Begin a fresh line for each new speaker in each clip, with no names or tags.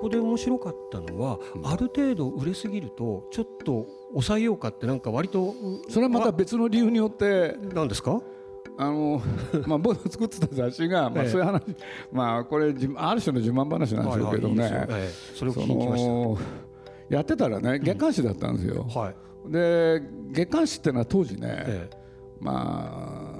こで面白かったのは、ある程度売れすぎるとちょっと抑えようかってなんか割と
それはまた別の理由によって
なんですか
あのまあ僕の作ってた雑誌がまあ
ええ
そういう話まあこれ自ある種の自慢話なんでしょうけど
はいはいいいで
ね
すよええそれを聞
そ
きに来まし
のやってたらね月刊誌だったんですよ
たはい
で月刊誌ってのは当時ね
え
まあ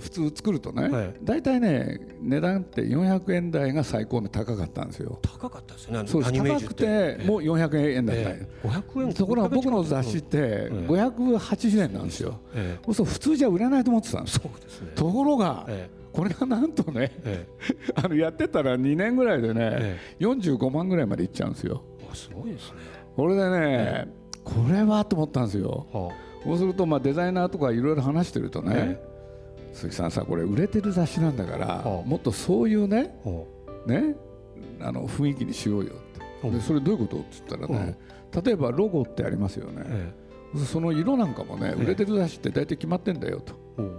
普通作ると
はい
ね大体ね値段って400円台が最高の高かったんですよ
え高かったですよねあの
そうで
ア
す
ニメー
高
ジュっ
く
て
てもう400円台
ええ500円
ところが僕の雑誌っ
え
て
うん
580円なんですよ
え
そうすると普通じゃ売れないと思ってたんです
そうですね
ところが
え
これがなんとね
ええ
あのやってたら2年ぐらいでね
え
45万ぐらいまでいっちゃうんですよ
えあすごいですね
これでねこれはと思ったんですよ
は
そうするとまあデザイナーとかいろいろ話してるとね
え
鈴木さんさこれ売れてる雑誌なんだから
はあ
もっとそういうね
あは
ねあの雰囲気にしようよって
うん
でそれどういうことって言ったらね例えばロゴってありますよ
あ
ね
え
その色なんかもね
ええ
売れてる雑誌って大体決まってんだよと
えおう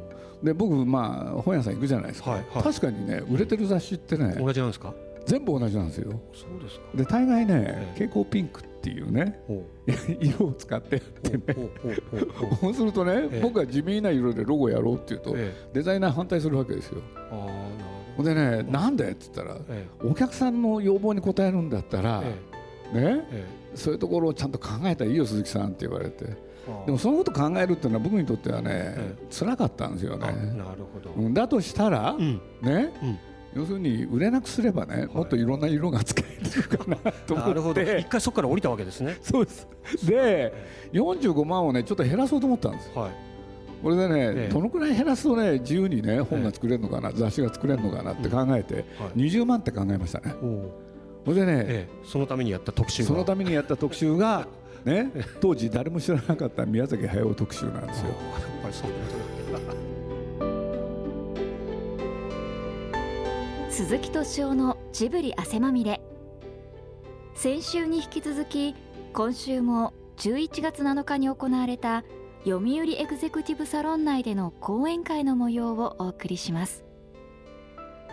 で僕まあ本屋さん行くじゃないですか、
はいはい
確かにね売れてる雑誌ってね
同じなんですか
全部同じなんですよ
そうですか
で大概ね
ええ
蛍光ピンクっていうね
おう
色を使ってやってね
おうおうおうおうおう
そうするとね、
ええ
僕は地味な色でロゴやろうっていうと、
え
デザイナー反対するわけですよ
えああなるほど
でねなんでって言ったら
え
お客さんの要望に応えるんだった
え
ら、
え
ね
え、え
そういうところをちゃんと考えたらいいよ鈴木さんって言われて
えああ
でもそのこと考えるっていうのは僕にとってはね、
え
辛かったんですよ
あ
ね
なるほど
うんだとしたら、
うん
ね、
うん
要するに売れなくすればね、もっといろんな色が使えるかなと
なるほ
思っ
ど一
て
回そこから降りたわけですね
そうですで45万をねちょっと減らそうと思ったんですよ
はい
これでね、
ええ
どのくらい減らすとね自由にね本が作れるのかな、雑誌が作れるのかなって考えて、
はい
20万って考えましたね
おう
それでね、
ええそのためにやった特集が
そのためにやった特集がね当時誰も知らなかった宮崎駿特集なんですよ
ああやっぱりそういうことなんだ
鈴木敏夫のジブリ汗まみれ先週に引き続き今週も11月7日に行われた読売エグゼクティブサロン内での講演会の模様をお送りします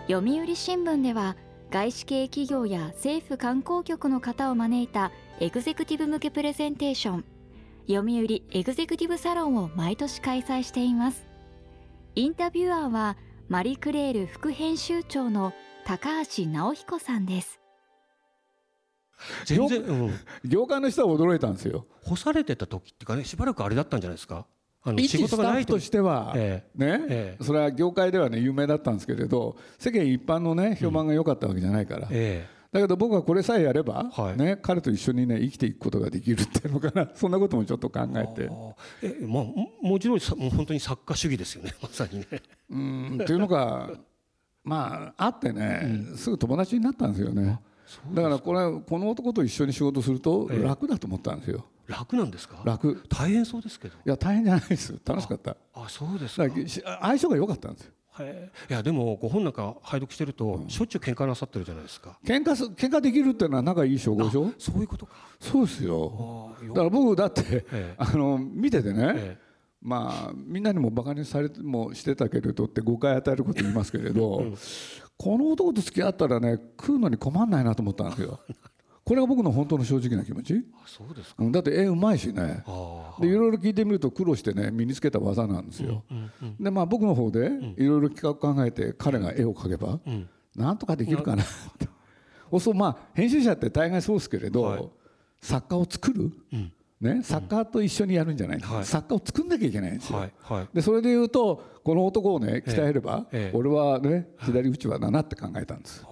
読売新聞では外資系企業や政府観光局の方を招いたエグゼクティブ向けプレゼンテーション読売エグゼクティブサロンを毎年開催していますインタビュアーはマリクレール副編集長の高橋直彦さんです
全然、うん、
業界の人は驚いたんですよ
干されてた時っていうかねしばらくあれだったんじゃないですかあの
一
仕
ス
事
タ
がな
ッフ
いと
としては、
え
ね
ええ
それは業界では、ね、有名だったんですけれど世間一般の、ね、評判が良かったわけじゃないから、
え
だけど僕はこれさえやれば、
はい
ね、彼と一緒に、ね、生きていくことができるっていうのかな そんなこともちょっと考え
え
て
あ。あえまあももちろんさもう本当に作家主義ですよね まさにね
うんっていうのが まああってね、すぐ友達になったんですよね。だからこれこの男と一緒に仕事すると
ええ
楽だと思ったんですよ、
楽なんですか
楽
大変そうですけど
いや大変じゃないです楽しかった
あそうですか
だからし相性が良かったんですよ
はいいやでもご本なんか拝読してるとしょっちゅう喧嘩なさってるじゃないですか
喧嘩す喧嘩できるっていうのは仲いい証拠でしょ
そういうことか
そうですよ
ああ
だ
よ
から僕だって、
ええ
あの見ててね、
え
まあみんなにもバカにされてもしてたけれどって誤解与えること言いますけれど、この男と付き合ったらね食うのに困んないなと思ったんですよこれが僕の本当の正直な気持ち
えあそうですか
うんだって絵うまいしね
ああ
でいろいろ聞いてみると苦労してね身につけた技なんですよ、
うんうん
でまあ僕の方でいろいろ企画考えて彼が絵を描けば
うん
なんとかできるかなとおそうまあ編集者って大概そうですけれど、
はい
作家を作る、
うん
ね、作家と一緒にやるんじゃない、
はい
作家を作んなきゃいけないんですよ、
はいはい
でそれで言うとこの男をね鍛えれば、
ええ
俺はね左打ちはだなって考えたんです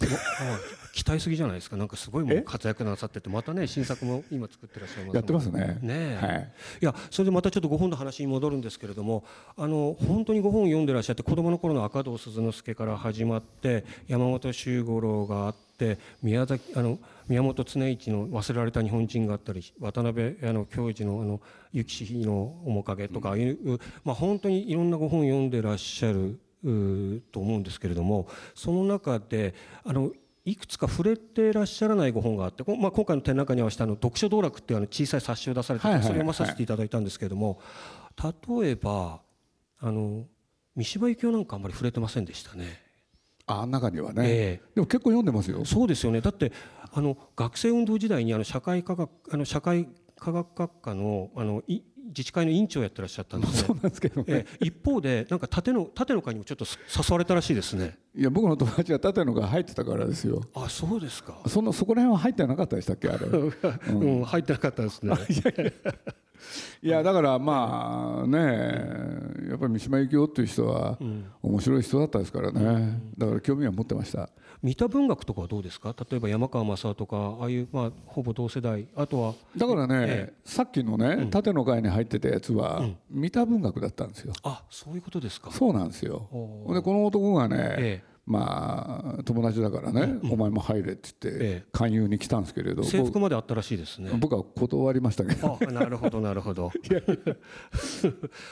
でもはい 期待すぎじゃないですかなんかすごいも
え
う活躍なさっててまたね新作も今作ってらっしゃいますもん
やってますね
ねえ、
はいい、
やそれでまたちょっとご本の話に戻るんですけれどもあの本当にご本を読んでらっしゃって子供の頃の赤堂鈴之助から始まって山本周五郎があって宮崎あの宮本常一の「忘れられた日本人」があったり渡辺あの教授のあの「雪日の面影」とか、ああいうまあ、本当にいろんなご本を読んでらっしゃるうーと思うんですけれどもその中であのいくつか触れてらっしゃらないご本があって、こまあ、今回の展覧会に合わせてあの読書道楽っていうあの小さい冊子を出されてて、
はいはいはい
それを読まさせていただいたんですけれども例えばあの三島由紀夫なんかあんまり触れてませんでしたね。
あ中にはね、
え
でも結構読んでますよ
そうですよねだってあの学生運動時代にあの社会科学あの社会科学学科のあのい自治会の委員長をやってらっしゃったんです
そう
ね
なんですけどね、
ええ一方でなんか縦の縦の会にもちょっと誘われたらしいですね
いや僕の友達は舘野が入ってたからですよ
あそうですか
そのそこら辺は入ってなかったでしたっ けあれ
うん、入ってなかったですね。
いやだからまあねやっぱり三島由紀夫っていう人は面白い人だったですからねだから興味は持ってました
三田文学とかはどうですか例えば山川雅夫とかああいう、まあ、ほぼ同世代あとは
だからね、
え
さっきのね縦の会に入ってたやつは、三田文学だったんですよ
あそういうことですか
そうなんですよ
お
でこの男がね、
ええ
まあ友達だからね、お前も入れって言って、
ええ
勧誘に来たんですけれど
制服まであったらしいですね。
僕僕は断りましたけど
あなるほどなるほど。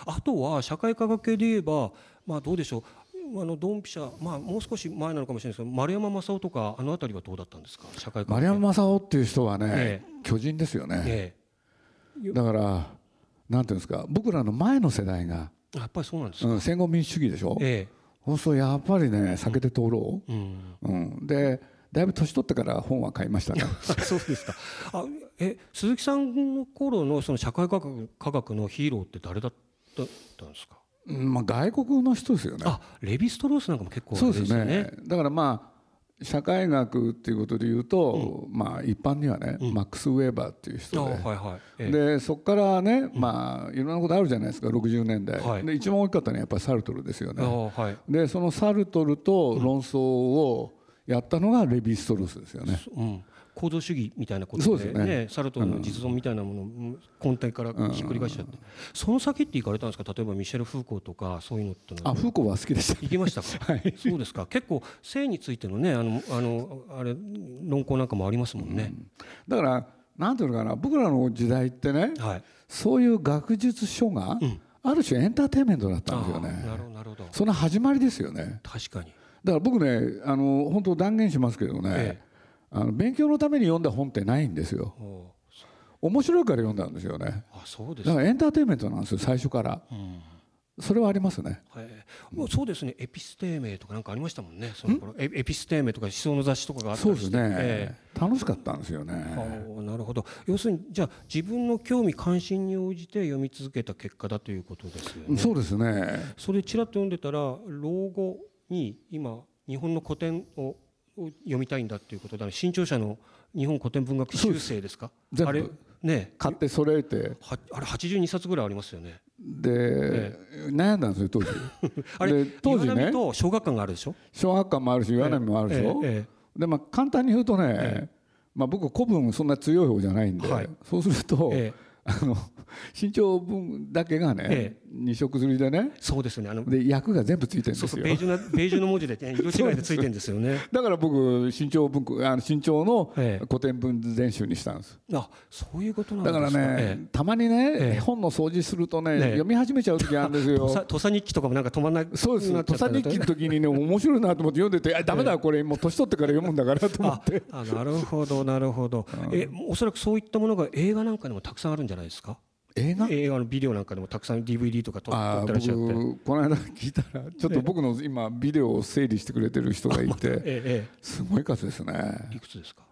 あとは社会科学系で言えばまあどうでしょうあのドンピシャまあもう少し前なのかもしれないですけど丸山正夫とかあの辺りはどうだったんですか社会科学
丸
系。
山正夫っていう人はね、
え
巨人ですよね、
え
だからなんていうんですか僕らの前の世代が、
えやっぱりそうなんです
う
か。
ん、戦後民主主義でしょ、
え
そうするとやっぱりね避けて通ろ
えうん。
う、うん、でだいぶ年取ってから本は買い ましたね
そうですか。あ、え、鈴木さんの頃のその社会科学科学のヒーローって誰だったんですか。
うんまあ外国の人ですよね
あ、レヴィストロースなんかも結構あ
そ
れ
う
です
で
よ
す
ね。
ねだからまあ社会学っていうことで言うと、まあ一般にはね、マックス・ウェーバーっていう人
あ、
で、
はいはい。ええ
でそこからね、まあ、いろんなことあるじゃないですか60年代、
はい
で一番大きかったのはやっぱりサルトルですよ
あ、
ね
はい。
でそのサルトルと論争をやったのがレヴィ・ストロースですよね、
そうん。構造主義みたいなこ
そ
と
う
で
です
ね
ね
サルトルの実存みたいなものをうん根底からひっくり返しちゃって、その先って行かれたんですか例えばミシェル・フーコーとかそういうのってのは
あフーコーは好きでした
行きましたか、そうですか結構性についてのねあのあのあれ論考なんかもありますもんね、
だからなんていうのかな僕らの時代ってね
はい
そういう学術書が、ある種エンターテインメントだったんですよ
あーな
ね
るほどなるほど
その始まりですよね
確かに
だから僕ねあの本当断言しますけどね、
ええ
あの勉強のために読んだ本ってないんですよ
おう
面白いから読んだんですよね
あそうです
だ
か、
からエンターテインメントなんですよ最初から、それはありますね
はい、もうそうですねエピステーメとかなんかありましたもんねその頃エエピステーメとか思想の雑誌とかがあった
そう
り
で
して
すね、
え
楽しかったんですよ
え
ね
ああなるほど要するにじゃあ自分の興味関心に応じて読み続けた結果だということですよね
そうですね
それちらっと読んでたら老後に今日本の古典をを読みたいんだっていうことだね新潮社の日本古典文学修正ですか
全部
あれね
買って揃えて
はあれ82冊ぐらいありますよね
で、悩んだんです よ当時
あれ
で当時
岩波
ね
と小学館があるでしょ
小学館もあるし岩波もあるでしょ、
えええ
でまあ簡単に言うとね、まあ、僕古文そんな強い方じゃないんで、
はい
そうすると、
ええ
あの新潮文だけがね、
え
二色刷りでね
そうですよね。あの
で役が全部ついてるん
そ
で
うそ
す
う
よ
ベージュなベージュの文字で、ね、色違いでついてるんですよ ね。
だから僕新潮文庫あの新潮の
ええ
古典文全集にしたんです
あそういうことなんで
だ
す
からね、
え
たまにね、
ええ
本の掃除すると
え
ね、
え
読み始めちゃう時あるんです
え、土佐
よ。
土佐日記とかもなんか止まんない。
そうです
な
土
っちゃった
佐
りだ
日
と
記の時にね面白いなと思って読んでてあ「ダメだこれもう年取ってから読むんだから」と思っ
あ
て
あなるほどなるほど、えおそらくそういったものが映画なんかでもたくさんあるんじゃないですか
映画
映画のビデオなんかでもたくさん DVD とか撮撮
あ
っ
ー
てらっしゃって
僕この間聞いたらちょっと僕の今ビデオを整理してくれてる人がいて
ええ
すごい数です
ええ、
ね
いくつですか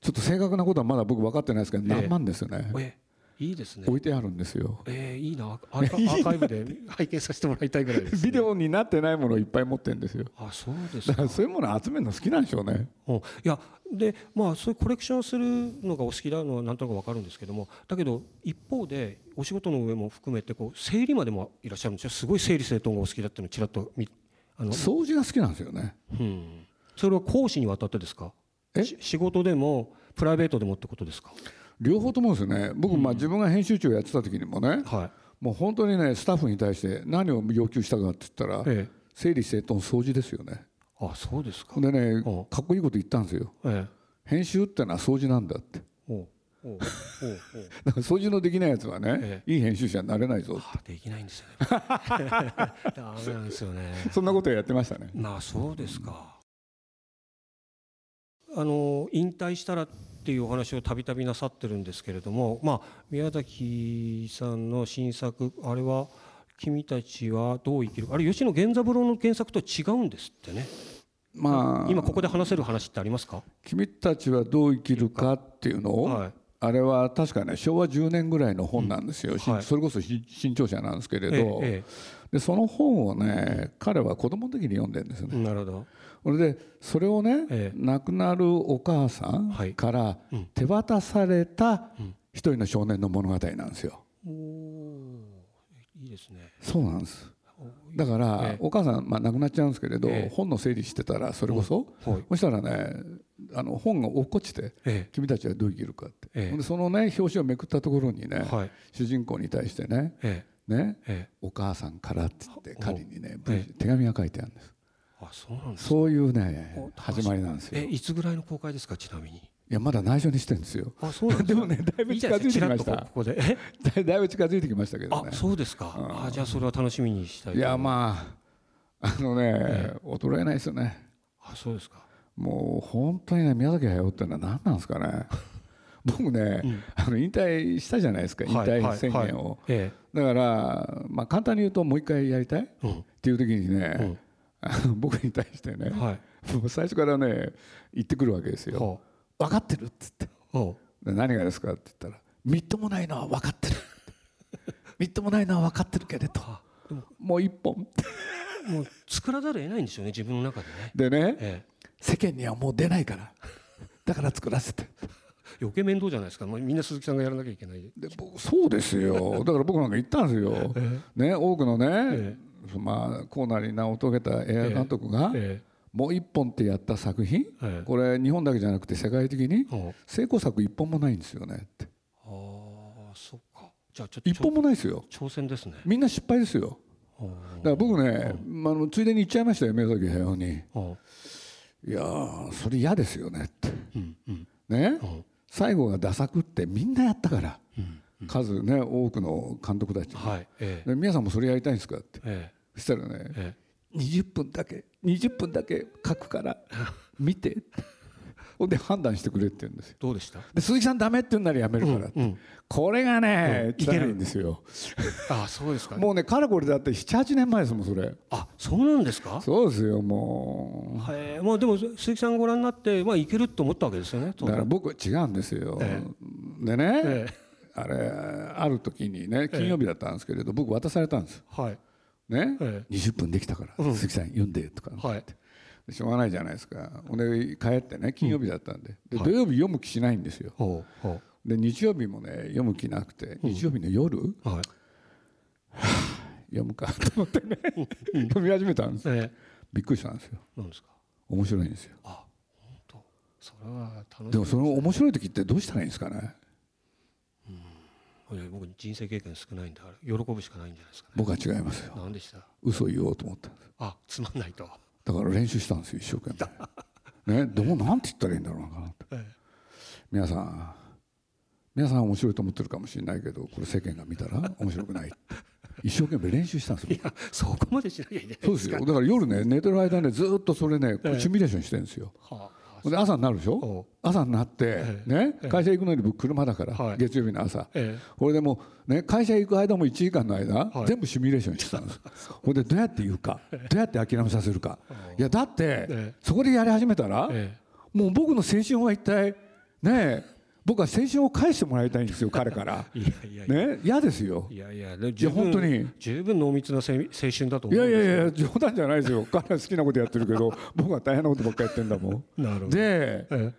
ちょっと正確なことはまだ僕分かってないですけど
ええ
何万ですよね
ええいいですね
置いてあるんですよ
ええいいなアーカアーカイブで拝見させてもらいたいぐらいです、
ビデオになってないものをいっぱい持ってるんですよ
あそうです
だか
から
そういうもの集めるの好きなんでしょうね
うん、いやでまあそういうコレクションするのがお好きなのはなんとなくわかるんですけどもだけど一方でお仕事の上も含めてこう整理までもいらっしゃるんですよすごい整理整頓がお好きだっていうのをちらっと見あの、
掃除が好きなんですよね
うん、それは講師にわたってですか
え
し仕事でもプライベートでもってことですか
両方ともですよね僕まあ自分が編集長やってた時にもね
は
もう本当にねスタッフに対して何を要求したかって言ったら
ええ
整理整頓掃除ですよね
いあそうですか、
でね
うん
かっこいいこと言ったんですよ
ええ
編集ってのは掃除なんだって
おうおうおうおうおう
だから掃除のできないやつはね、
え
いい編集者になれないぞ
あできないんですよね ダメなんですよね
そんなことやってましたね
まあそうですか。あの引退したらっていうお話をたびたびなさってるんですけれども、まあ、宮崎さんの新作あれは「君たちはどう生きるか」あれ吉野源三郎の原作とは違うんですってね。
まあ
今ここで話せる話ってありますか
君たちはどう生きるかっていうのを、
はい
あれは確かね昭和10年ぐらいの本なんですよ、し
はい
それこそ新新潮社なんですけれど、
ええ
でその本をね彼は子供の時に読んでるんですよね。
なるほど
それでそれをね、
ええ
亡くなるお母さ
は
ん
い
から
うん
手渡された一人の少年の物語なんですよ。
おーいいですね
そうなんですだから、
ええ
お母さん、まあ、亡くなっちゃうんですけれど、
ええ
本の整理してたらそれこそ、
うんはい
そしたらねあの本が落っこちて、
ええ
君たちはどう生きるかって、
ええ
ほんでそのね表紙をめくったところにね、
はい
主人公に対してね
え
ね
えええ
お母さんからって言って彼にね、
ええ
手紙が書いてあるんです
あそうなんです
そういうね
お
始まりなんですよ
えいつぐらいの公開ですかちなみに
いやまだ内緒にしてるんですよ
あそうなん
でもねだいぶ近づいてき
じゃあちら
ました
っとこここでえ
だ だいぶ近づいてきましたけど
あ
ね
そうですか、あじゃあそれは楽しみにしたい
いやまああのね、衰えないですよね
あそうですか
もう本当にね宮崎駿ってのは何なんです かね僕ね、あの引退したじゃないですか引
はい
退宣
はい
言を、
はいえ
だから、まあ、簡単に言うともう一回やりたいっ
えうん
ていう時にね、
うん
あの僕に対してね、
はい
もう最初からね言ってくるわけですよ
は
「分かってる」っつって
あうん
「で何がですか?」って言ったら「みっともないのは分 かってる」みっともないのは分かってるけれど
あ
もう一本
もう作らざるを得ないんですよね自分の中でね
でね
ええ
世間にはもう出ないからだから作らせて
余計面倒じゃないですか、まあ、みんな鈴木さんがやらなきゃいけない
で僕そうですよだから僕なんか言ったんですよ、ね、多くのね、
え
まあ、コーナーに名を遂げた映画監督が、
え
もう一本ってやった作品、
ええ
これ日本だけじゃなくて世界的に
うん
成功作一本もないんですよねって
ああそっかじゃあちょっと
一本もないですよ
挑戦ですね
みんな失敗ですよだから僕ね、まああの、ついでに言っちゃいましたよ宮崎駿に
うん
いやーそれ嫌ですよねって
うんうん
ね、
うん
最後がダ作ってみんなやったから、数ね多くの監督たち、
はいええ
で皆さんもそれやりたいんですかって
え
そしたらね
ええ
20分だけ20分だけ書くから 見てほんで判断してくれって言うんですよ
えどうでした
で鈴木さんダメって言うならやめるからって、
うんうん
これがね、
うんい
汚
け
い
る
んですよ
ああそうですか
もうねかれこれだって78年前ですもんそれ
あそうなんですか
そうですよも
はいまあでも鈴木さんがご覧になってまあいけると思ったわけですよね
う
当
だ
然
から僕は違うんですよ、
え
でね、
え
あれある時にね金曜日だったんですけれど、僕渡されたんです
はい
ね、
え
20分できたから、
うん
鈴木さん読んでとか、
はい
しょうがないじゃないですかほんで帰ってね金曜日だったんで,、で
はい
土曜日読む気しないんですよ
ほうほ
で日曜日もね読む気なくて日曜日の夜、
うはい
読むかと思ってね読み始めたんです
ええ
びっくりしたんですよ
なんですか
面白いんですよ
あ本当それは楽しみ
でもその面白い時ってどうしたらいいんですかね
いや僕人生経験少ないんであれ喜ぶしかないんじゃないですかね
僕は違いますよ
何でした
嘘を言おうと思ったんです
あつまんないと
だから練習したんですよ一生懸命ね どうなんて言ったらいいんだろうなって
え
皆さん皆さん面白いと思ってるかもしれないけどこれ世間が見たら面白くない一生懸命練習したんですよ
えいやそこまでしなきゃいけない
そう
で
ですす
か
よだから夜ね寝てる間ねずーっとそれねこ
ええ
うシミュレーションしてるんですよ
はあ
で朝になるでしょ
お
朝になって
ええ
ね
ええ
会社行くのに僕車だから
はい
月曜日の朝
え
これでもうね会社行く間も1時間の間
はい
全部シミュレーションしてたんです ほんでどうやって言うかどうやって諦めさせるかいやだって
え
そこでやり始めたら
え
もう僕の青春は一体ね僕は青春を返してもらいたいんですよ彼から
え いやいやいや、
ね嫌ですよ
いやいやで十分
本当に
十分濃密なせい青春だと
い
思うん
やい
です
やい
けど
や冗談じゃないですよ彼は好きなことやってるけど 僕は大変なことばっかりやってんだもん
なるほど
で
え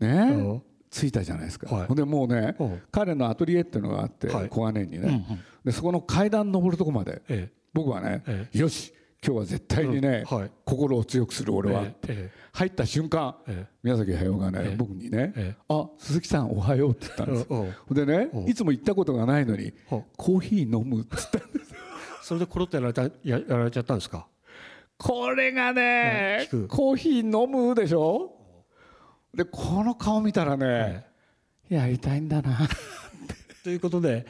ね
ん
着いたじゃないですか、
はい
ほんでもうね、
うん
彼のアトリエっていうのがあって、
はい
小金井にね、でそこの階段登るとこまで
ええ
僕はね、
え
よし今日は絶対にね、
うんはい
心を強くする俺は、
えええ
入った瞬間、
え
宮崎駿がね、
ええ
僕にね、
ええ
あ鈴木さんおはようって言ったんですよ
おう
ほんでね
おう
いつも行ったことがないのに
ほう
コーヒー飲むって言ったんです
えそれでコロッとやられたややられちゃったんですか
これが
ね
ね
聞く
コーヒー飲むでしょでこの顔見たらね、やりたいんだな
ということで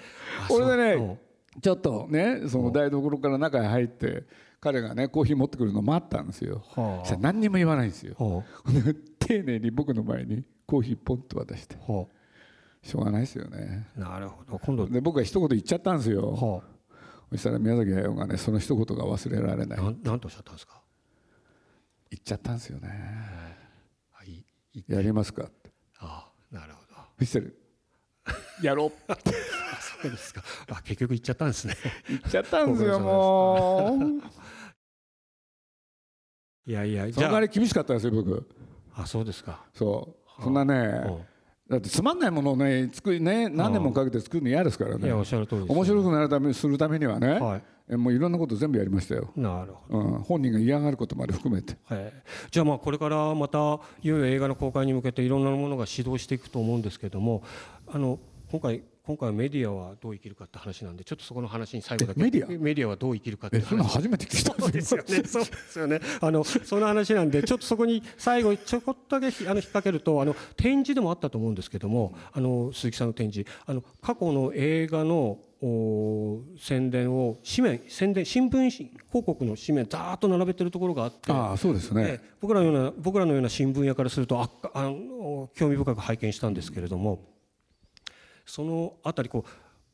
あ
俺でね
そう
ちょっとねその台所から中へ入って彼がねコーヒー持ってくるの待ったんですよ
はあ
そしたら何にも言わないんですよ
ほ
ほんで丁寧に僕の前にコーヒーポンと渡して
うほ
しょうがないですよね
うなるほど今度
で僕は一言言っちゃったんですよ
は
そしたら宮崎駿がねその一言が忘れられな
あ
い
なんなんとおっしゃったんですか
行っちゃったんですよね
あいい
やりますかって
あなるほど
そ したらやろう
あそうですかあ結局行っちゃったんですね
行っちゃったんですよもう
いやいや
そ
じ
の代
ゃ
わ
あ
り厳しかったですよ僕
あそうですか
そうそんなねだってつまんないものをね作りね何年もかけて作るの嫌ですから
うんい
ね
やおっしゃる通りです
面白くなるためするためにはね、
はい
えもういろんなこと全部やりましたよ、
なるほど
うん、本人が嫌がることまで含めて
はい、じゃあまあこれからまたいよいよ映画の公開に向けていろんなものが始動していくと思うんですけどもあの今回今回はメディアはどう生きるかって話なんでちょっとそこの話に最後だけ
えメディア
メディアはどう生きるかって
え
いう
そんな
話
の初めて聞いた
そうですよね。 そうですよね。あの、その話なんで、ちょっとそこに最後、ちょこっとだけひあの引っ掛けると、あの、展示でもあったと思うんですけども、あの、鈴木さんの展示、あの、過去の映画の、おー宣伝を紙面宣伝新聞広告の紙面ざーっと並べてるところがあって
ああそうですね、
ええ僕らのような僕らのような新聞屋からするとああの興味深く拝見したんですけれどもそのあたりこう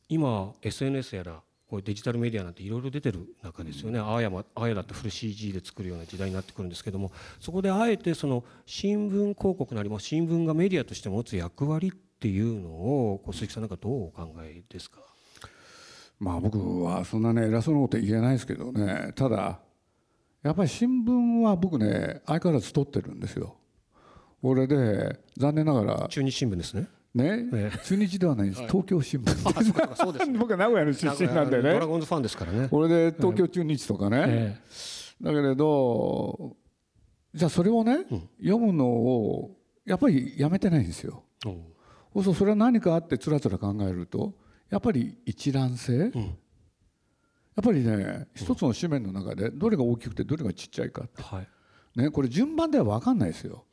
今 SNS やらこうデジタルメディアなんていろいろ出てる中ですよね、ああやまああやだってフル CG で作るような時代になってくるんですけどもそこであえてその新聞広告なりも新聞がメディアとして持つ役割っていうのをこう鈴木さんなんかどうお考えですか
まあ僕はそんなね偉そうなこと言えないですけどねただやっぱり新聞は僕ね相変わらず取ってるんですよ俺で残念ながら
中日新聞ですね
ね、
え
中日ではないんです、東京新聞
そうです
僕は名古屋の出身なんで
ド
ね
ラゴンズファンですからね
これで東京中日とかね、
え
だけれどじゃあそれをね、読むのをやっぱりやめてないんですよ
えうん
そうするとそれは何かあってつらつら考えるとやっぱり一覧性、やっぱりね一つの紙面の中でどれが大きくてどれがちっちゃいかって
はい
ね、これ順番では分かんないですよ、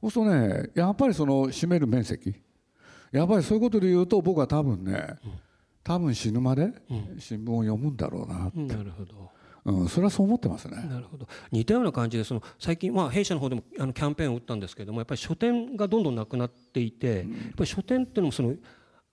そうするとねやっぱりその占める面積やっぱりそういうことで言うと僕は多分ね、多分死ぬまで新聞を読むんだろうな、
なるほど。
うん、それはそう思ってますね、
なるほど。似たような感じで、その最近、まあ、弊社の方でも、あのキャンペーンを打ったんですけれども、やっぱり書店がどんどんなくなっていて。やっぱり書店っていうのも、その。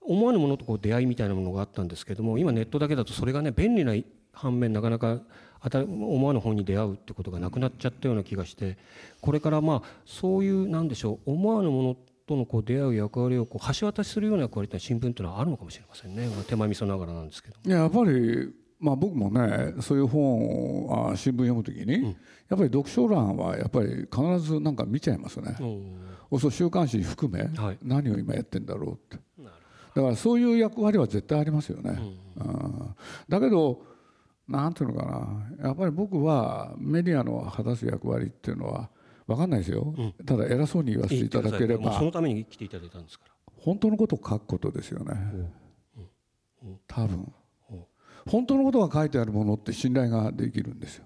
思わぬものとこう出会いみたいなものがあったんですけども、今ネットだけだと、それがね、便利な反面、なかなか。あた思わぬ本に出会うってことがなくなっちゃったような気がしてこれからまあそういうなんでしょう思わぬものとのこう出会う役割をこう橋渡しするような役割っていうのは新聞っていうのはあるのかもしれませんね、まあ、手前味噌ながらなんですけど。
いややっぱり、まあ、僕もねそういう本をあ新聞読むときに、やっぱり読書欄はやっぱり必ずなんか見ちゃいますね、そうすると週刊誌含め、
はい
何を今やってんだろうって
なる
だからそういう役割は絶対ありますよね、うんだけどなんていうのかなやっぱり僕はメディアの果たす役割っていうのは分かんないですよ、ただ偉そうに言わせていただけれ
もうそ
ば
のために来ていただいたんですから。
本当のことを書くことですよね、多分本当のことが書いてあるものって信頼ができるんですよ、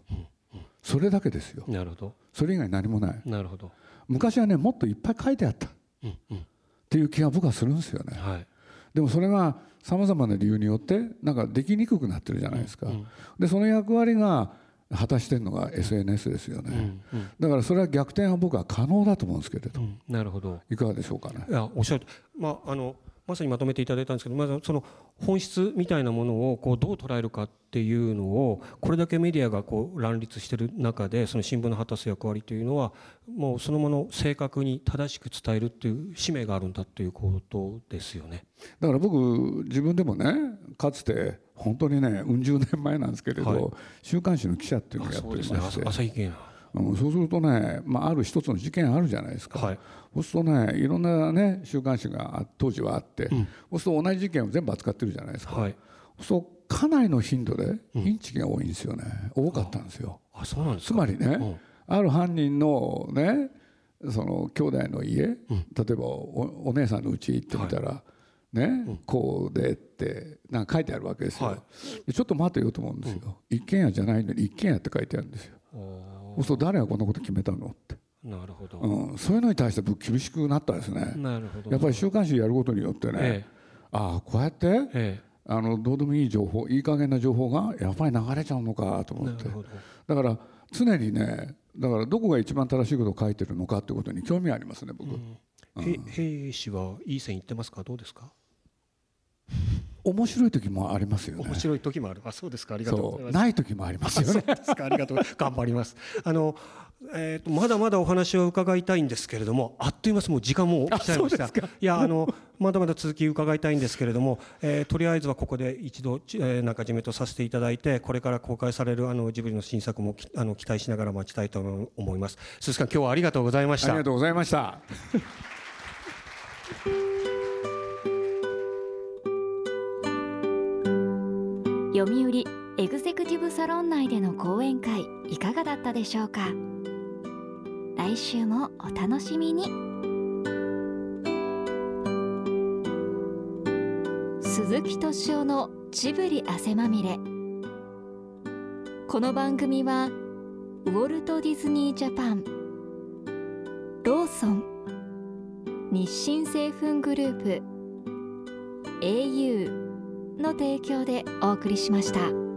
それだけですよ
なるほど。
それ以外何もない
なるほど。
昔はねもっといっぱい書いてあったっ
うんうん。
ていう気が僕はするんですよね
はい。
でもそれがさまざまな理由によってなんかできにくくなってるじゃないですか、でその役割が果たしてるのが SNS ですよね、だからそれは逆転は僕は可能だと思うんですけれど、
うん、なるほど。
いかがでしょうかね
いや、おっしゃると。まあ、あの、まさにまとめていただいたんですけど、まずその本質みたいなものを、こう、どう捉えるかっていうのを。これだけメディアが、こう、乱立してる中で、その新聞の果たす役割というのは。もう、そのもの、正確に正しく伝えるっていう使命があるんだっていうことですよね。
だから僕自分でもねかつて本当にねうん十年前なんですけれど、
はい
週刊誌の記者っていうのをやって
そう
お
で
り
すね。
まして
朝日系の。
うん、そうするとね、まあ、ある一つの事件あるじゃないですか、
はい
そうするとねいろんな、ね、週刊誌があ当時はあって、そうすると同じ事件を全部扱ってるじゃないですか、
はい。
そうかなりの頻度でインチキが多いんですよね、多かったんですよ
あ、そうなんです
つ
か。
まりね、
ん
ある犯人のねその兄弟の家、例えばおお姉さんの家行ってみたら、ね、こうでってなんか書いてあるわけですよ、
は
でちょっと待てよと思うんですよ、一軒家じゃないのに一軒家って書いてあるんですよ
お
そうすると誰がこんなこと決めたのって、
ーなるほど。
うん、そういうのに対して僕厳しくなったですね、
なるほど。
やっぱり週刊誌やることによってね、
ええ
ああこうやって、
え
あのどうでもいい情報いい加減な情報がやっぱり流れちゃうのかと
え。
思
な
って
るほど。
だから常にねだからどこが一番正しいことを書いてるのかってことに興味ありますね僕、
へ兵士はいい線いってますかどうですか
面白い時もありますよね
面白い時もある。あ、そうですか。ありがとうご
そ
ざいうます。
ない時もあります
あ
よ
そう
ね
ですか。ありがとう。 頑張ります。あの、えっ、と、まだまだお話を伺いたいんですけれども、あっという間です。もう時間も来ちゃいました。
あそうですか
いや、あの、まだまだ続き伺いたいんですけれども、えーとりあえずはここで一度、ちえー中締めとさせていただいて、これから公開される、あの、ジブリの新作もき、あの、期待しながら待ちたいと思います。鈴木さん、今日はありがとうございまし
あり
た
が。とうございました
読売エグゼクティブサロン内での講演会いかがだったでしょうか来週もお楽しみに鈴木敏夫のジブリ汗まみれこの番組はウォルト・ディズニー・ジャパンローソン日清製粉グループ au の提供でお送りしました。